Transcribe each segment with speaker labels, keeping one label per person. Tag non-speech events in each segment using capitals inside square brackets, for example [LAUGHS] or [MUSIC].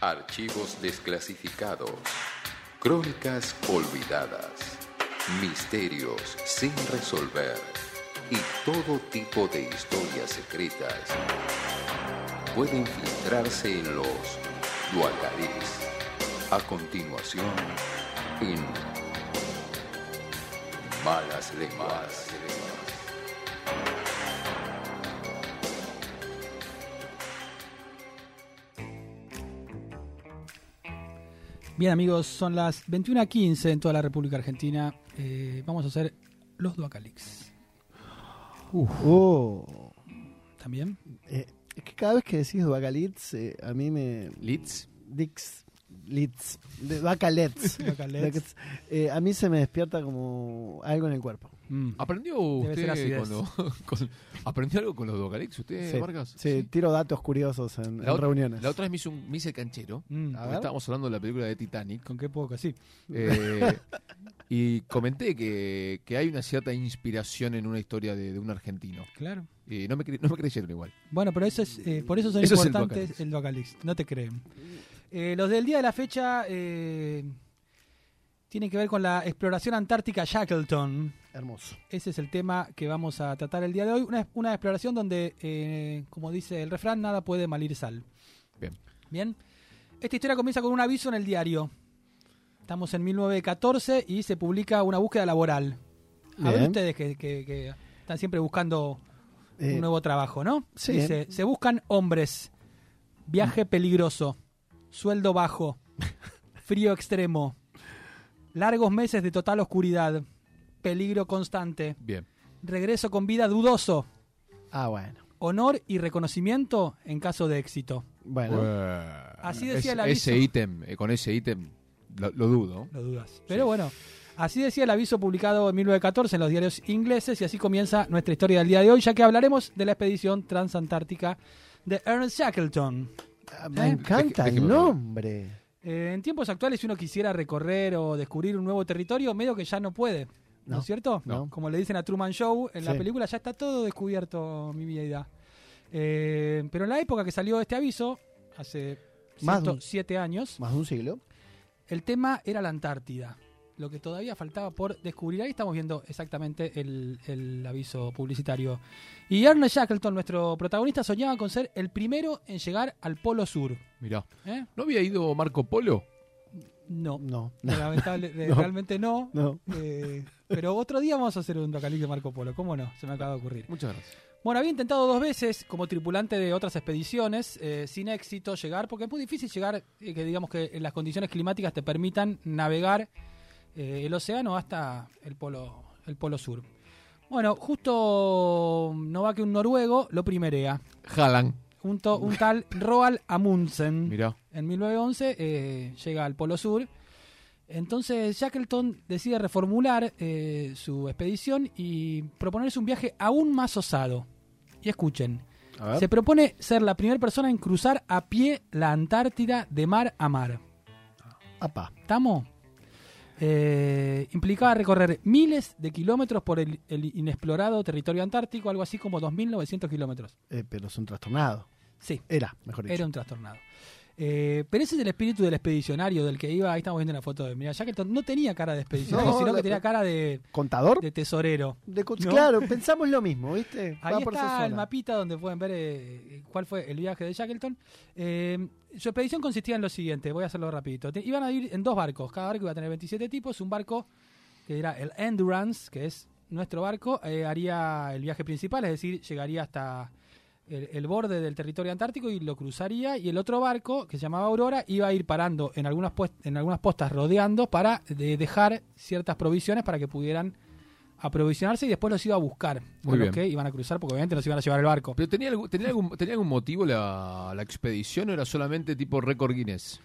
Speaker 1: Archivos desclasificados. Crónicas olvidadas. Misterios sin resolver. Y todo tipo de historias secretas pueden filtrarse en los Duacarís. A continuación, en Malas Lemas.
Speaker 2: Bien amigos, son las 21.15 en toda la República Argentina. Eh, vamos a hacer los Duacalix.
Speaker 3: Oh.
Speaker 2: ¿También?
Speaker 3: Eh, es que cada vez que decís Bacalitz, eh, a mí me.
Speaker 4: Leeds.
Speaker 3: Dix. Litz.
Speaker 2: [LAUGHS]
Speaker 3: de- Bacalets.
Speaker 2: Bacalets.
Speaker 3: Bacalets. Eh, a mí se me despierta como algo en el cuerpo.
Speaker 2: Mm.
Speaker 4: ¿Aprendió
Speaker 2: Debe ser
Speaker 4: usted
Speaker 2: acidez.
Speaker 4: con, los- [LAUGHS] con- ¿Aprendió algo con los Docarex? ¿Usted,
Speaker 3: Sí,
Speaker 4: Eh, Vargas?
Speaker 3: sí, tiro datos curiosos en, en
Speaker 4: La, ot-
Speaker 3: reuniones.
Speaker 4: la otra vez me, hizo un- me hice canchero.
Speaker 2: Mm.
Speaker 3: A
Speaker 4: porque
Speaker 3: ver.
Speaker 4: Estábamos hablando de la película
Speaker 3: [LAUGHS]
Speaker 4: de Titanic.
Speaker 2: Con qué poco, sí.
Speaker 4: eh, y comenté que, que hay una cierta inspiración en una historia de, de un argentino.
Speaker 2: Claro.
Speaker 4: Y no me, cre- no me creyeron igual.
Speaker 2: Bueno, pero eso es, eh, por eso son
Speaker 4: Eso es el
Speaker 2: importantes el Duacalix. No te creen. Eh, los del día de la fecha eh, tienen que ver con la exploración antártica Shackleton.
Speaker 3: Hermoso.
Speaker 2: Ese es el tema que vamos a tratar el día de hoy. Una, una exploración donde, eh, como dice el refrán, nada puede malir sal.
Speaker 4: Bien.
Speaker 2: Bien. Esta historia comienza con un aviso en el diario. Estamos en 1914 y se publica una búsqueda laboral. A ver
Speaker 3: Bien.
Speaker 2: ustedes que, que- que están siempre buscando
Speaker 3: Eh,
Speaker 2: un nuevo trabajo, ¿no?
Speaker 3: sí.
Speaker 2: Dice, se buscan hombres. Viaje peligroso. Sueldo bajo. [LAUGHS] Frío extremo. Largos meses de total oscuridad. Peligro constante.
Speaker 4: Bien.
Speaker 2: Regreso con vida dudoso.
Speaker 3: Ah, bueno.
Speaker 2: Honor y reconocimiento en caso de éxito.
Speaker 3: Bueno.
Speaker 2: Así decía el aviso.
Speaker 4: Ese ítem, eh, con ese ítem, lo, lo dudo.
Speaker 2: No dudas. Pero bueno, así decía el aviso publicado en 1914 en los diarios ingleses y así comienza nuestra historia del día de hoy, ya que hablaremos de la expedición transantártica de Ernest Shackleton.
Speaker 3: Ah, Me
Speaker 2: Eh,
Speaker 3: encanta
Speaker 4: deje-
Speaker 3: el
Speaker 4: déjeme ver.
Speaker 3: nombre.
Speaker 2: Eh, en tiempos actuales, si uno quisiera recorrer o descubrir un nuevo territorio, medio que ya no puede. ¿No,
Speaker 3: No,
Speaker 2: es cierto?
Speaker 3: no.
Speaker 2: Como le dicen a Truman Show, en la
Speaker 3: Sí.
Speaker 2: película ya está todo descubierto, mi vida. Eh, pero en la época que salió este aviso, hace
Speaker 3: Más de un-
Speaker 2: 107 años,
Speaker 3: Más de un siglo.
Speaker 2: el tema era la Antártida. Lo que todavía faltaba por descubrir. Ahí estamos viendo exactamente el, el aviso publicitario. Y Ernest Shackleton, nuestro protagonista, soñaba con ser el primero en llegar al Polo Sur.
Speaker 4: Mirá.
Speaker 2: ¿Eh?
Speaker 4: ¿No había ido Marco Polo?
Speaker 2: No,
Speaker 3: No.
Speaker 2: [LAUGHS] lamentable- eh,
Speaker 3: No.
Speaker 2: realmente [LAUGHS] no.
Speaker 3: No.
Speaker 2: Eh, pero otro día vamos a hacer un docalic de Marco Polo. ¿Cómo no? Se me acaba de ocurrir.
Speaker 4: Muchas gracias.
Speaker 2: Bueno, había intentado dos veces como tripulante de otras expediciones, eh, sin éxito, llegar, porque es muy difícil llegar, eh, que digamos que las condiciones climáticas te permitan navegar eh, el océano hasta el polo, el polo sur. Bueno, justo no va que un noruego lo primerea,
Speaker 4: Jalan.
Speaker 2: un, to- un tal Roald Amundsen.
Speaker 4: Mirá.
Speaker 2: En 1911 eh, llega al Polo Sur. Entonces Shackleton decide reformular eh, su expedición y proponerse un viaje aún más osado. Y escuchen,
Speaker 3: A ver.
Speaker 2: se propone ser la primera persona en cruzar a pie la Antártida de mar a mar.
Speaker 3: Apa.
Speaker 2: ¿Estamos? Eh, implicaba recorrer miles de kilómetros por el, el inexplorado territorio antártico, algo así como 2.900 kilómetros.
Speaker 3: Eh, pero es un trastornado.
Speaker 2: Sí,
Speaker 3: Era, mejor dicho.
Speaker 2: Era un trastornado. Eh, pero ese es el espíritu del expedicionario del que iba. Ahí estamos viendo la foto de. Mira, Shackleton no tenía cara de expedicionario,
Speaker 3: No,
Speaker 2: sino que
Speaker 3: la-
Speaker 2: tenía cara de,
Speaker 3: ¿Contador?
Speaker 2: de tesorero.
Speaker 3: De co-
Speaker 2: ¿No?
Speaker 3: Claro, pensamos lo mismo, ¿viste?
Speaker 2: Ahí
Speaker 3: Va por esa
Speaker 2: está el
Speaker 3: zona.
Speaker 2: mapita donde pueden ver eh, cuál fue el viaje de Shackleton. Eh, su expedición consistía en lo siguiente, voy a hacerlo rapidito. Te- iban a ir en dos barcos, cada barco iba a tener 27 tipos. Un barco que era el Endurance, que es nuestro barco, eh, haría el viaje principal, es decir, llegaría hasta el, el borde del territorio antártico y lo cruzaría. Y el otro barco, que se llamaba Aurora, iba a ir parando en algunas, pues- en algunas postas rodeando para de- dejar ciertas provisiones para que pudieran aprovisionarse y después los iba a buscar
Speaker 4: Muy
Speaker 2: a los
Speaker 4: bien.
Speaker 2: que iban a cruzar porque obviamente los iban a llevar el barco.
Speaker 4: ¿Pero tenía algún, tenía algún, tenía algún motivo la, la expedición o era solamente tipo récord Guinness?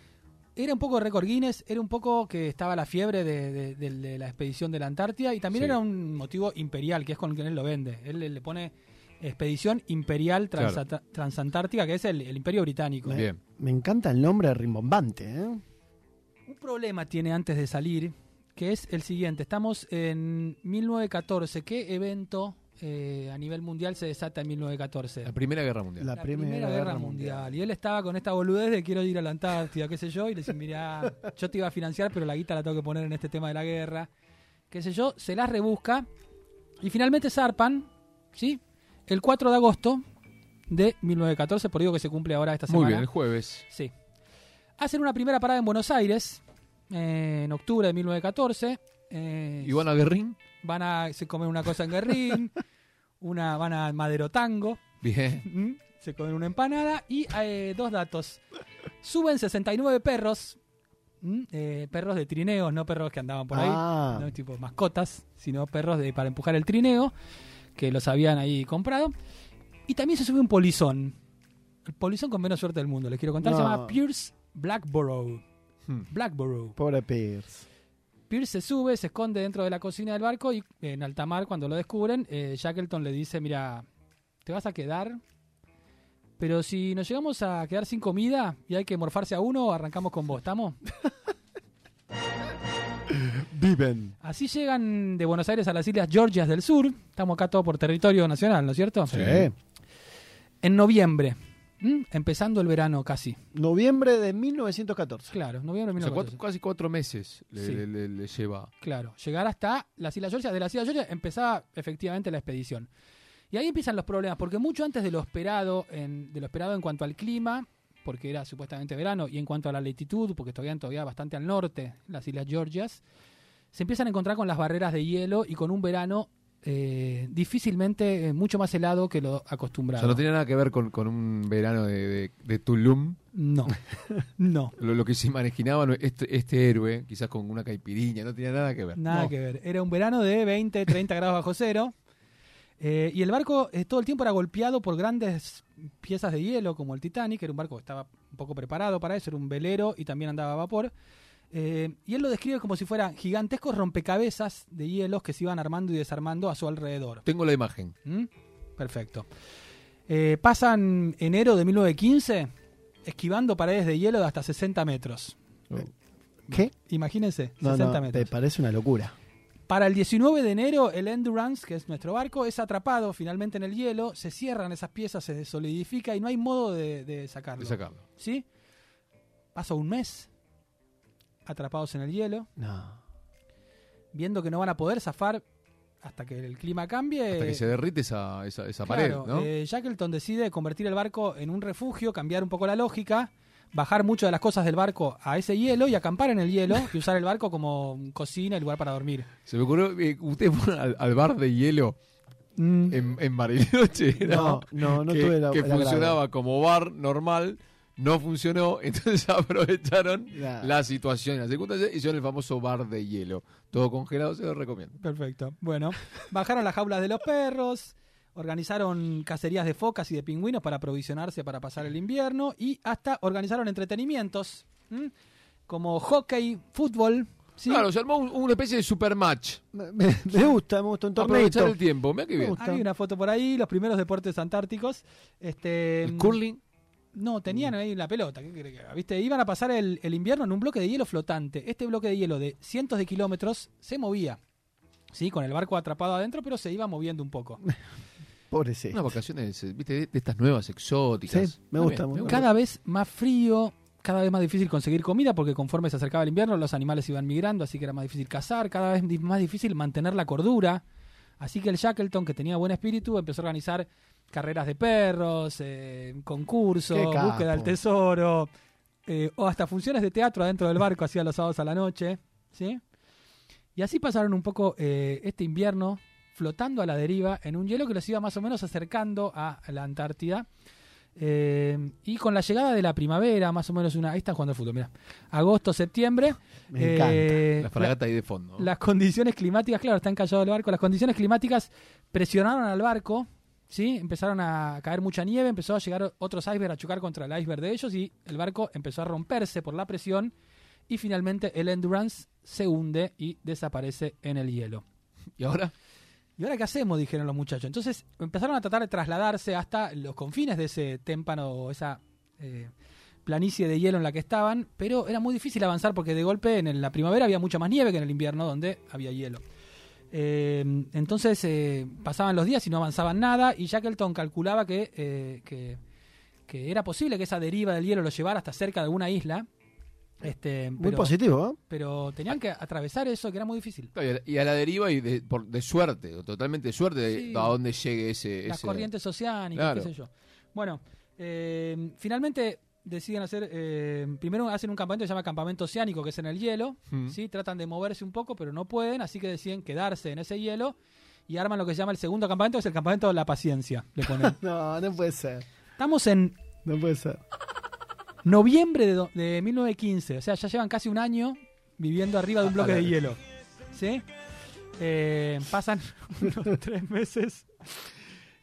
Speaker 2: Era un poco récord Guinness, era un poco que estaba la fiebre de, de- de- de la expedición de la Antártida y también
Speaker 4: Sí.
Speaker 2: era un motivo imperial, que es con el que él lo vende. Él le, le pone expedición imperial
Speaker 4: Claro.
Speaker 2: Transata- transantártica, que es el, el imperio británico.
Speaker 3: Me-
Speaker 4: Bien.
Speaker 3: Me encanta el nombre rimbombante, ¿eh?
Speaker 2: Un problema tiene antes de salir, que es el siguiente. Estamos en 1914. ¿Qué evento eh, a nivel mundial se desata en 1914.
Speaker 4: La Primera Guerra Mundial.
Speaker 3: La Primera
Speaker 2: Guerra,
Speaker 3: Guerra
Speaker 2: mundial.
Speaker 3: Mundial.
Speaker 2: Y él estaba con esta boludez de quiero ir a la Antártida, qué sé yo, y le dicen, mirá, yo te iba a financiar, pero la guita la tengo que poner en este tema de la guerra, qué sé yo, se las rebusca. Y finalmente zarpan, ¿sí? El 4 de agosto de 1914, por digo que se cumple ahora esta semana.
Speaker 4: Muy bien, el jueves.
Speaker 2: Sí. Hacen una primera parada en Buenos Aires, eh, en octubre de 1914. eh,
Speaker 4: Y van a Guerrín.
Speaker 2: van a se comen una cosa en Guerrín, [LAUGHS] una, van a Madero Tango, [LAUGHS]
Speaker 4: Bien.
Speaker 2: ¿Mm? se comen una empanada y eh, dos datos. Suben 69 perros, ¿Mm? Eh, perros de trineos, no perros que andaban por ahí,
Speaker 3: Ah,
Speaker 2: no tipo mascotas, sino perros de, para empujar el trineo, que los habían ahí comprado. Y también se sube un polizón, el polizón con menos suerte del mundo, les quiero contar, se
Speaker 3: No.
Speaker 2: llama Pierce Blackborough.
Speaker 4: Hmm.
Speaker 2: Blackborough.
Speaker 3: pobre Pierce.
Speaker 2: Pierce se sube, se esconde dentro de la cocina del barco y en alta mar, cuando lo descubren, eh, Shackleton le dice, mira, te vas a quedar, pero si nos llegamos a quedar sin comida y hay que morfarse a uno, arrancamos con vos, ¿estamos?
Speaker 3: Viven.
Speaker 2: Así llegan de Buenos Aires a las Islas Georgias del Sur, estamos acá todo por territorio nacional, ¿no es cierto?
Speaker 3: Sí.
Speaker 2: En noviembre, ¿m? empezando el verano casi,
Speaker 3: Noviembre de 1914.
Speaker 2: claro, noviembre de
Speaker 4: O sea,
Speaker 2: 1914.
Speaker 4: cuatro- casi cuatro meses le,
Speaker 2: Sí.
Speaker 4: le- le- le lleva.
Speaker 2: Claro, llegar hasta las Islas Georgias. De las Islas Georgias empezaba efectivamente la expedición. Y ahí empiezan los problemas, porque mucho antes de lo esperado en, de lo esperado en cuanto al clima, porque era supuestamente verano, y en cuanto a la latitud, porque estaban todavía bastante al norte las Islas Georgias, se empiezan a encontrar con las barreras de hielo y con un verano eh, difícilmente eh, mucho más helado que lo
Speaker 4: O
Speaker 2: acostumbrado.
Speaker 4: sea, no tenía nada que ver con, con un verano de, de- de Tulum.
Speaker 2: no, no.
Speaker 4: Lo, lo que se imaginaba no- este, este héroe, quizás con una caipiriña, no tenía nada que ver.
Speaker 2: Nada
Speaker 3: No.
Speaker 2: que ver. Era un verano de 20, 30 grados bajo cero. Eh, y el barco eh, todo el tiempo era golpeado por grandes piezas de hielo, como el Titanic, era un barco que estaba un poco preparado para eso, era un velero y también andaba a vapor. Eh, y él lo describe como si fueran gigantescos rompecabezas de hielos que se iban armando y desarmando a su alrededor.
Speaker 4: Tengo la imagen.
Speaker 2: ¿Mm? Perfecto. Eh, pasan enero de 1915 esquivando paredes de hielo de hasta 60 metros.
Speaker 3: ¿Qué?
Speaker 2: Imagínense,
Speaker 3: No,
Speaker 2: 60
Speaker 3: no,
Speaker 2: metros.
Speaker 3: te parece una locura.
Speaker 2: Para el 19 de enero, el Endurance, que es nuestro barco, es atrapado finalmente en el hielo, se cierran esas piezas, se solidifica y no hay modo de, de sacarlo.
Speaker 4: De sacarlo.
Speaker 2: ¿Sí? Pasa un mes atrapados en el hielo,
Speaker 3: No.
Speaker 2: viendo que no van a poder zafar hasta que el clima cambie.
Speaker 4: Hasta que se derrite esa, esa, esa pared,
Speaker 2: Eh, Claro,
Speaker 4: ¿no?
Speaker 2: eh, Shackleton decide convertir el barco en un refugio, cambiar un poco la lógica, bajar muchas de las cosas del barco a ese hielo y acampar en el hielo y usar el barco como cocina y lugar para dormir.
Speaker 4: Se me ocurrió, eh, ustedes fueron al, al bar de hielo en, en Bariloche. [LAUGHS] era?
Speaker 3: No, no, no
Speaker 4: que,
Speaker 3: tuve la
Speaker 4: que
Speaker 3: la
Speaker 4: funcionaba como bar normal, no funcionó, [LAUGHS] entonces aprovecharon
Speaker 3: Nah.
Speaker 4: la situación, la circunstancia, hicieron el famoso bar de hielo. Todo congelado, se lo recomiendo.
Speaker 2: Perfecto. Bueno, bajaron las jaulas de los perros, organizaron cacerías de focas y de pingüinos para aprovisionarse para pasar el invierno y hasta organizaron entretenimientos ¿m? como hockey, fútbol. ¿sí?
Speaker 4: Claro, se armó un- una especie de supermatch.
Speaker 3: Me, me- me gusta, me gusta un torneito.
Speaker 4: Aprovechar el tiempo, mira qué bien.
Speaker 3: gusta.
Speaker 2: Hay una foto por ahí, los primeros deportes antárticos. Este,
Speaker 4: El curling,
Speaker 2: No, tenían ahí la pelota. ¿qué querés que haga? ¿Viste? Iban a pasar el, el invierno en un bloque de hielo flotante. Este bloque de hielo de cientos de kilómetros se movía. Sí, con el barco atrapado adentro, pero se iba moviendo un poco.
Speaker 3: Pobre sí.
Speaker 4: unas vacaciones, eh, viste, de, de estas nuevas exóticas.
Speaker 3: Sí, me
Speaker 4: Está
Speaker 3: gusta,
Speaker 4: bien,
Speaker 3: me gusta.
Speaker 2: cada vez más frío, cada vez más difícil conseguir comida, porque conforme se acercaba el invierno, los animales iban migrando, así que era más difícil cazar, cada vez di- más difícil mantener la cordura. Así que el Shackleton, que tenía buen espíritu, empezó a organizar carreras de perros, eh, concursos,
Speaker 3: Qué capo.
Speaker 2: búsqueda del tesoro, eh, o hasta funciones de teatro adentro del barco, hacía los sábados a la noche. ¿sí? Y así pasaron un poco eh, este invierno flotando a la deriva en un hielo que los iba más o menos acercando a la Antártida. Eh, y con la llegada de la primavera, más o menos una. Ahí están jugando al fútbol, mira. Agosto, septiembre.
Speaker 3: Me encanta.
Speaker 2: eh,
Speaker 4: La
Speaker 2: la-
Speaker 4: fragata ahí de fondo.
Speaker 2: las condiciones climáticas, claro, está encallado el barco. Las condiciones climáticas presionaron al barco, ¿sí? Empezaron a caer mucha nieve, empezó a llegar otros icebergs a chocar contra el iceberg de ellos y el barco empezó a romperse por la presión. Y finalmente el Endurance se hunde y desaparece en el hielo.
Speaker 4: ¿Y ahora?
Speaker 2: ¿Y ahora qué hacemos? dijeron los muchachos. Entonces empezaron a tratar de trasladarse hasta los confines de ese témpano o esa eh, planicie de hielo en la que estaban, pero era muy difícil avanzar porque de golpe en el- la primavera había mucha más nieve que en el invierno donde había hielo. Eh, entonces eh, pasaban los días y no avanzaban nada y Shackleton calculaba que, eh, que, que era posible que esa deriva del hielo lo llevara hasta cerca de alguna isla. Este,
Speaker 3: Muy
Speaker 2: pero,
Speaker 3: positivo, ¿eh?
Speaker 2: pero tenían que atravesar eso, que era muy difícil.
Speaker 4: Y a la- Y a la deriva y de, por- de suerte, o totalmente de suerte, de-
Speaker 2: Sí.
Speaker 4: a dónde llegue ese...
Speaker 2: Las
Speaker 4: ese-
Speaker 2: corrientes oceánicas,
Speaker 4: Claro.
Speaker 2: qué sé yo. Bueno, eh, finalmente deciden hacer, eh, primero hacen un campamento que se llama Campamento Oceánico, que es en el hielo,
Speaker 4: Mm.
Speaker 2: ¿sí? Tratan de moverse un poco, pero no pueden, así que deciden quedarse en ese hielo y arman lo que se llama el segundo campamento, que es el campamento de la paciencia, le
Speaker 4: [LAUGHS]
Speaker 2: ponen.
Speaker 3: No, no puede ser.
Speaker 2: Estamos en
Speaker 3: No puede ser.
Speaker 2: noviembre de, do- de 1915, o sea, ya llevan casi un año viviendo arriba de un bloque de hielo. ¿Sí? Eh, pasan [LAUGHS] unos tres meses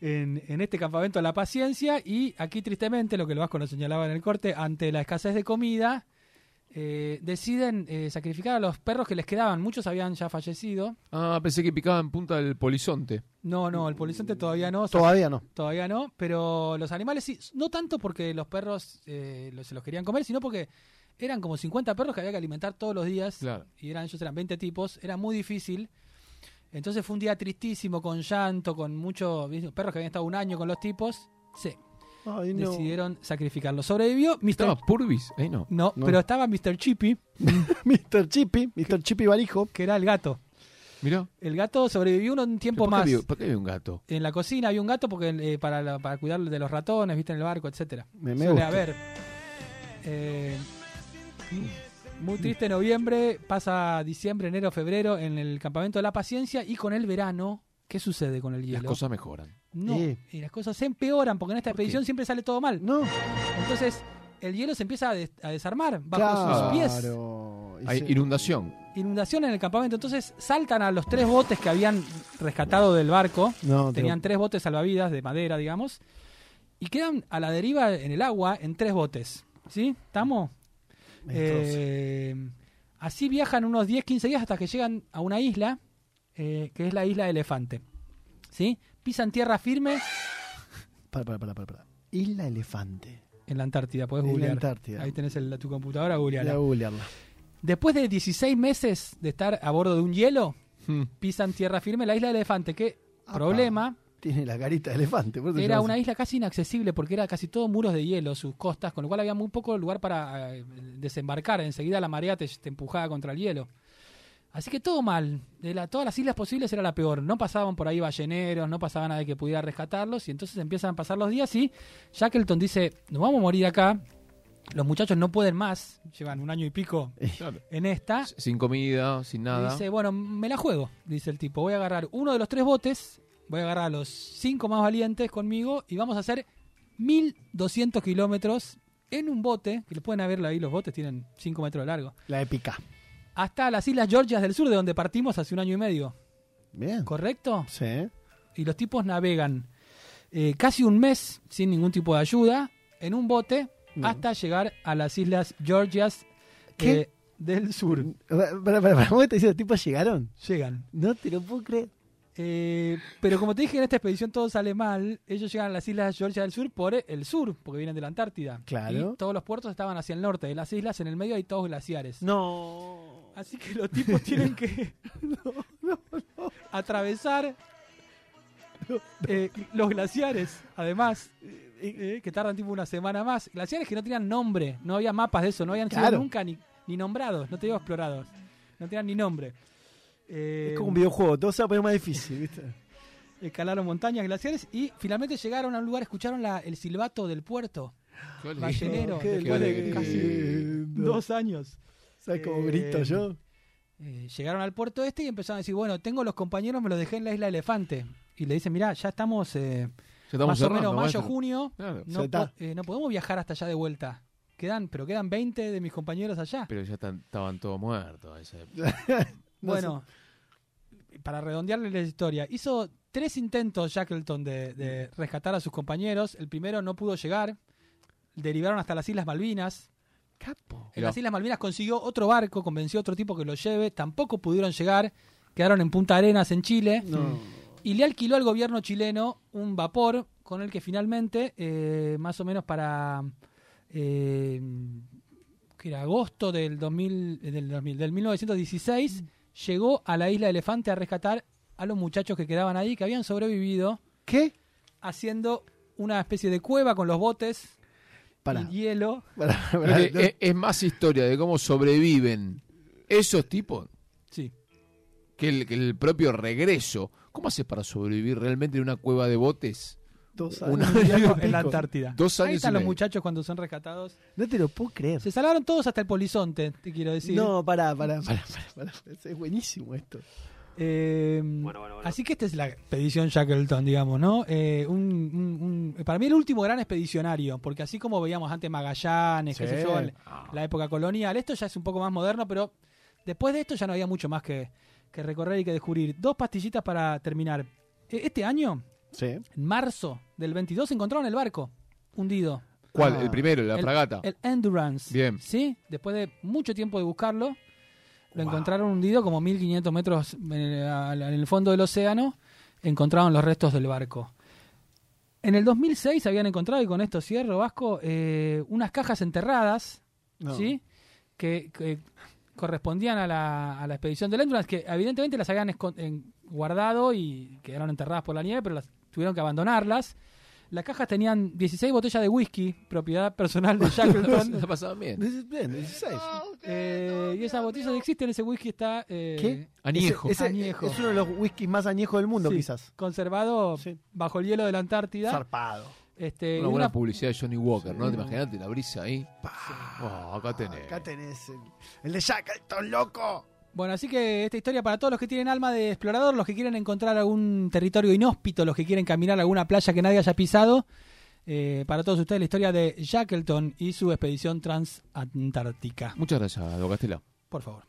Speaker 2: en, en este campamento de la paciencia y aquí tristemente, lo que el Vasco nos señalaba en el corte, ante la escasez de comida, eh, deciden eh, sacrificar a los perros que les quedaban. Muchos habían ya fallecido.
Speaker 4: Ah, pensé que picaba en punta del polizonte.
Speaker 2: No, no, el polizonte todavía no. o sea,
Speaker 3: Todavía no.
Speaker 2: Todavía no, pero los animales sí. No tanto porque los perros eh, los- se los querían comer, sino porque eran como 50 perros que había que alimentar todos los días.
Speaker 4: Claro.
Speaker 2: Y eran ellos eran 20 tipos. Era muy difícil. Entonces fue un día tristísimo, con llanto, con muchos perros que habían estado un año con los tipos. Sí,
Speaker 3: Ay, no. [LAUGHS]
Speaker 2: decidieron sacrificarlo. Sobrevivió Mr.
Speaker 4: ¿Estaba Purvis? Ahí no.
Speaker 2: No,
Speaker 3: No.
Speaker 2: pero estaba Mr. Chippy,
Speaker 3: Mr. Chippy, Mr. Chippy Barijo.
Speaker 2: que era el gato.
Speaker 4: Mirá.
Speaker 2: El gato sobrevivió un- un tiempo
Speaker 4: ¿Por qué
Speaker 2: más.
Speaker 4: había- ¿Por qué había un gato?
Speaker 2: En la cocina había un gato porque eh, para, la- para cuidar de los ratones, viste, en el barco, etcétera.
Speaker 3: Me, me
Speaker 2: Suele
Speaker 3: gusta.
Speaker 2: haber. Eh, muy triste noviembre, pasa diciembre, enero, febrero en el campamento de la paciencia y con el verano, ¿qué sucede con el hielo?
Speaker 4: Las cosas mejoran.
Speaker 2: no,
Speaker 3: Eh.
Speaker 2: y las cosas se empeoran porque en esta
Speaker 4: ¿Por qué?
Speaker 2: expedición siempre sale todo mal.
Speaker 3: No,
Speaker 2: Entonces, el hielo se empieza a, des- a desarmar bajo
Speaker 3: claro.
Speaker 2: sus pies.
Speaker 3: Y
Speaker 4: Hay
Speaker 3: sí.
Speaker 4: inundación.
Speaker 2: Inundación en el campamento, entonces saltan a los tres botes que habían rescatado del barco.
Speaker 3: No, te-
Speaker 2: Tenían tres botes salvavidas de madera, digamos. Y quedan a la deriva en el agua en tres botes. ¿Sí? ¿Estamos?
Speaker 3: Estrozo.
Speaker 2: Eh, así viajan unos 10, 15 días hasta que llegan a una isla, eh, que es la isla Elefante. ¿Sí? Pisan tierra firme
Speaker 3: Para, para, para, para, para. Isla Elefante.
Speaker 2: en la Antártida, podés
Speaker 3: Isla
Speaker 2: googlear.
Speaker 3: Antártida.
Speaker 2: Ahí tenés el- tu computadora, googleala.
Speaker 3: Voy a googlearla.
Speaker 2: Después de 16 meses de estar a bordo de un hielo,
Speaker 4: Hmm.
Speaker 2: pisan tierra firme la isla Elefante. ¿Qué
Speaker 3: Apa.
Speaker 2: problema?
Speaker 3: Tiene la carita de elefante. por eso se
Speaker 2: Era
Speaker 3: llama
Speaker 2: una
Speaker 3: así.
Speaker 2: isla casi inaccesible porque era casi todo muros de hielo, sus costas, con lo cual había muy poco lugar para eh, desembarcar. Enseguida la marea te, te empujaba contra el hielo. Así que todo mal. De la- todas las islas posibles era la peor. No pasaban por ahí balleneros, no pasaba nadie que pudiera rescatarlos. Y entonces empiezan a pasar los días y Shackleton dice, nos vamos a morir acá. Los muchachos no pueden más. Llevan un año y pico
Speaker 4: Claro.
Speaker 2: en esta.
Speaker 4: S- Sin comida, sin nada.
Speaker 2: Dice, bueno, me la juego, dice el tipo. Voy a agarrar uno de los tres botes, voy a agarrar a los cinco más valientes conmigo y vamos a hacer 1200 kilómetros en un bote, que lo pueden haber ahí, los botes tienen 5 metros de largo,
Speaker 3: La épica.
Speaker 2: hasta las Islas Georgias del Sur, de donde partimos hace un año y medio,
Speaker 3: Bien.
Speaker 2: ¿correcto?
Speaker 3: Sí.
Speaker 2: Y los tipos navegan eh, casi un mes sin ningún tipo de ayuda en un bote
Speaker 3: Bien.
Speaker 2: hasta llegar a las Islas Georgias
Speaker 3: ¿Qué?
Speaker 2: eh, del Sur.
Speaker 3: Para, para, para, ¿Cómo te dice? ¿Los tipos llegaron?
Speaker 2: Llegan.
Speaker 3: No te lo puedo creer.
Speaker 2: Eh, pero como te dije, en esta expedición todo sale mal. Ellos llegan a las islas Georgia del Sur por el sur, porque vienen de la Antártida.
Speaker 3: Claro.
Speaker 2: Y todos los puertos estaban hacia el norte de las islas, en el medio hay todos glaciares.
Speaker 3: No.
Speaker 2: Así que los
Speaker 3: [LAUGHS]
Speaker 2: tipos tienen que atravesar eh, los glaciares, además, eh, que tardan tipo una semana más. Glaciares que no tenían nombre, no había mapas de eso, no habían sido
Speaker 3: Claro.
Speaker 2: nunca ni, ni nombrados, no te digo explorados, no tenían ni nombre. Eh,
Speaker 3: Es como un videojuego, todo se va a poner más difícil,
Speaker 2: [LAUGHS]
Speaker 3: ¿viste?
Speaker 2: escalaron eh, montañas, glaciares y finalmente llegaron a un lugar, escucharon la- el silbato del puerto.
Speaker 4: Qué
Speaker 2: ballenero,
Speaker 3: Qué
Speaker 2: después de
Speaker 4: lindo.
Speaker 2: casi dos años.
Speaker 3: ¿Sabes cómo
Speaker 2: Eh,
Speaker 3: grito yo?
Speaker 2: Eh, llegaron al puerto este y empezaron a decir, bueno, tengo los compañeros, me los dejé en la isla Elefante. Y le dicen, mirá, ya estamos, eh,
Speaker 4: Ya estamos
Speaker 2: más
Speaker 4: cerrando,
Speaker 2: o menos mayo,
Speaker 4: maestro.
Speaker 2: junio,
Speaker 4: Claro,
Speaker 2: no,
Speaker 3: Ya está.
Speaker 2: po- eh, no podemos viajar hasta allá de vuelta. Quedan, pero quedan 20 de mis compañeros allá.
Speaker 4: Pero ya están- estaban todos muertos. a esa época.
Speaker 3: No
Speaker 2: bueno, para redondearle la historia, hizo tres intentos Shackleton de, de rescatar a sus compañeros. El primero no pudo llegar. Derivaron hasta las Islas Malvinas.
Speaker 3: Capo.
Speaker 2: En
Speaker 4: Mirá.
Speaker 2: las Islas Malvinas consiguió otro barco, convenció a otro tipo que lo lleve. Tampoco pudieron llegar. Quedaron en Punta Arenas, en Chile.
Speaker 3: No.
Speaker 2: Y le alquiló al gobierno chileno un vapor con el que finalmente, eh, más o menos para. eh, que era agosto del, 2000, eh, del, 2000, del 1916, llegó a la isla Elefante a rescatar a los muchachos que quedaban ahí, que habían sobrevivido
Speaker 3: ¿Qué?
Speaker 2: haciendo una especie de cueva con los botes
Speaker 3: Para.
Speaker 2: y hielo.
Speaker 4: Creo que
Speaker 2: eh,
Speaker 4: es, es más historia de cómo sobreviven esos tipos
Speaker 2: Sí.
Speaker 4: que el, que el propio regreso. ¿Cómo haces para sobrevivir realmente en una cueva de botes? Una-
Speaker 2: en la Antártida.
Speaker 4: Dos
Speaker 2: Ahí
Speaker 4: años
Speaker 2: están
Speaker 4: y
Speaker 2: los
Speaker 4: medio.
Speaker 2: muchachos cuando son rescatados.
Speaker 3: No te lo puedo creer.
Speaker 2: Se salvaron todos hasta el polizonte, te quiero decir.
Speaker 3: No, pará, pará, pará, pará, pará. Es buenísimo esto.
Speaker 2: Eh,
Speaker 5: Bueno, bueno, bueno.
Speaker 2: Así que esta es la expedición Shackleton, digamos, ¿no? Eh, un- un- un- para mí el último gran expedicionario, porque así como veíamos antes Magallanes, qué
Speaker 3: Sí.
Speaker 2: sé yo, en
Speaker 4: Ah.
Speaker 2: la época colonial, esto ya es un poco más moderno, pero después de esto ya no había mucho más que, que recorrer y que descubrir. Dos pastillitas para terminar. Eh, Este año,
Speaker 3: Sí.
Speaker 2: en marzo del 22, encontraron el barco hundido.
Speaker 4: ¿Cuál?
Speaker 3: Ah.
Speaker 4: El primero, la
Speaker 2: El-
Speaker 4: fragata.
Speaker 2: El Endurance.
Speaker 4: Bien.
Speaker 2: ¿Sí? Después de mucho tiempo de buscarlo, lo encontraron hundido como 1500 metros en el, al- en el fondo del océano. Encontraron los restos del barco. En el 2006 habían encontrado, y con esto cierro, Vasco, eh, unas cajas enterradas,
Speaker 3: No.
Speaker 2: ¿sí? Que, que correspondían a la, a la expedición del Endurance, que evidentemente las habían escon- en- guardado y quedaron enterradas por la nieve, pero las tuvieron que abandonarlas. Las cajas tenían 16 botellas de whisky, propiedad personal de
Speaker 3: [LAUGHS]
Speaker 2: Shackleton.
Speaker 4: La pasaban bien.
Speaker 3: This is- bien, this is safe.
Speaker 2: Eh, y esas botellas existen, ese whisky está eh,
Speaker 3: ¿Qué?
Speaker 4: Añejo.
Speaker 3: Ese-
Speaker 2: Añejo.
Speaker 3: Es uno de los whiskies más añejos del mundo,
Speaker 2: Sí.
Speaker 3: quizás.
Speaker 2: conservado
Speaker 3: Sí.
Speaker 2: bajo el hielo de la Antártida.
Speaker 3: Zarpado.
Speaker 2: Este,
Speaker 4: Una
Speaker 2: y
Speaker 4: buena
Speaker 2: una-
Speaker 4: publicidad de Johnny Walker, ¿no? Te imaginaste la brisa ahí.
Speaker 2: Ah,
Speaker 4: Oh, acá tenés.
Speaker 3: Acá tenés el, el de Shackleton, loco.
Speaker 2: bueno, así que esta historia para todos los que tienen alma de explorador, los que quieren encontrar algún territorio inhóspito, los que quieren caminar alguna playa que nadie haya pisado. eh, para todos ustedes la historia de Shackleton y su expedición transantártica.
Speaker 4: Muchas gracias, Docastela.
Speaker 2: Por favor.